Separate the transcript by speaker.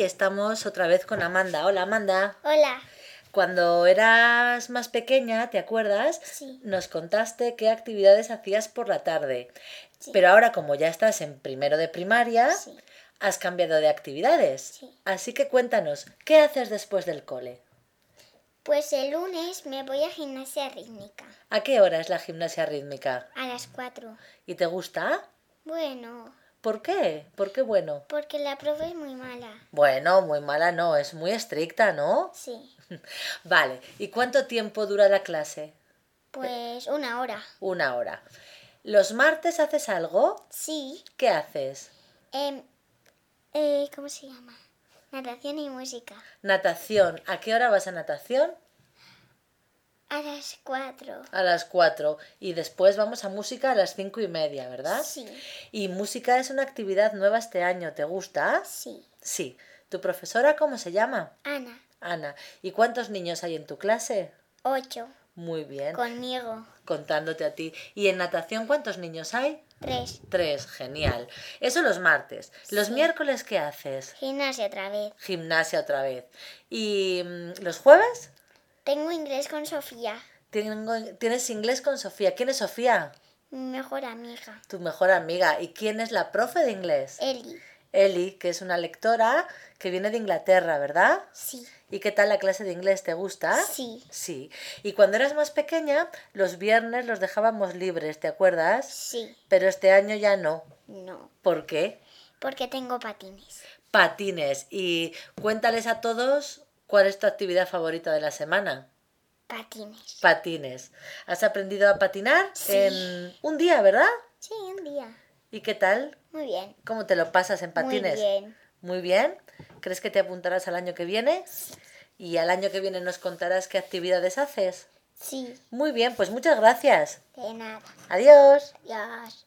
Speaker 1: estamos otra vez con Amanda. Hola Amanda.
Speaker 2: Hola.
Speaker 1: Cuando eras más pequeña, ¿te acuerdas?
Speaker 2: Sí.
Speaker 1: Nos contaste qué actividades hacías por la tarde.
Speaker 2: Sí.
Speaker 1: Pero ahora como ya estás en primero de primaria,
Speaker 2: Sí.
Speaker 1: has cambiado de actividades.
Speaker 2: Sí.
Speaker 1: Así que cuéntanos, ¿qué haces después del cole?
Speaker 2: Pues el lunes me voy a gimnasia rítmica
Speaker 1: ¿A qué hora es la gimnasia rítmica?
Speaker 2: a las 4.
Speaker 1: ¿Y te gusta?
Speaker 2: Bueno,
Speaker 1: ¿Por qué? ¿Por qué bueno?
Speaker 2: porque la profe es muy mala.
Speaker 1: Bueno, muy mala no, es muy estricta, ¿no?
Speaker 2: Sí.
Speaker 1: Vale, ¿y cuánto tiempo dura la clase?
Speaker 2: Pues una hora.
Speaker 1: Una hora. ¿Los martes haces algo?
Speaker 2: Sí.
Speaker 1: ¿Qué haces?
Speaker 2: Em, eh, ¿Cómo se llama? Natación y música.
Speaker 1: Natación. ¿A qué hora vas a natación?
Speaker 2: A las 4.
Speaker 1: A las 4. Y después vamos a música a las cinco y media, ¿verdad?
Speaker 2: Sí.
Speaker 1: Y música es una actividad nueva este año. ¿Te gusta?
Speaker 2: Sí.
Speaker 1: Sí. ¿Tu profesora cómo se llama?
Speaker 2: Ana.
Speaker 1: Ana. ¿Y cuántos niños hay en tu clase?
Speaker 2: 8.
Speaker 1: Muy bien.
Speaker 2: Conmigo.
Speaker 1: Contándote a ti. ¿Y en natación cuántos niños hay?
Speaker 2: 3.
Speaker 1: Tres. Genial. Eso los martes. ¿Los miércoles qué haces?
Speaker 2: Gimnasia otra vez.
Speaker 1: Gimnasia otra vez. ¿Y mm, los jueves?
Speaker 2: Tengo inglés con Sofía,
Speaker 1: Tengo- tienes inglés con Sofía. ¿Quién es Sofía?
Speaker 2: mi mejor amiga.
Speaker 1: Tu mejor amiga. ¿Y quién es la profe de inglés?
Speaker 2: Eli.
Speaker 1: Eli, que es una lectora que viene de Inglaterra, ¿verdad?
Speaker 2: Sí.
Speaker 1: ¿Y qué tal la clase de inglés? ¿Te gusta?
Speaker 2: Sí.
Speaker 1: Sí. Y cuando eras más pequeña, los viernes los dejábamos libres, ¿te acuerdas?
Speaker 2: Sí.
Speaker 1: Pero este año ya no.
Speaker 2: No.
Speaker 1: ¿Por qué?
Speaker 2: Porque tengo patines.
Speaker 1: Patines. Y cuéntales a todos cuál es tu actividad favorita de la semana.
Speaker 2: Patines.
Speaker 1: Patines. ¿Has aprendido a patinar
Speaker 2: Sí.
Speaker 1: en un día, verdad?
Speaker 2: Sí, un día.
Speaker 1: ¿Y qué tal?
Speaker 2: Muy bien.
Speaker 1: ¿Cómo te lo pasas en patines?
Speaker 2: Muy bien.
Speaker 1: Muy bien. ¿Crees que te apuntarás al año que viene? Y al año que viene nos contarás qué actividades haces.
Speaker 2: Sí.
Speaker 1: Muy bien, pues muchas gracias.
Speaker 2: De nada.
Speaker 1: Adiós.
Speaker 2: Dios.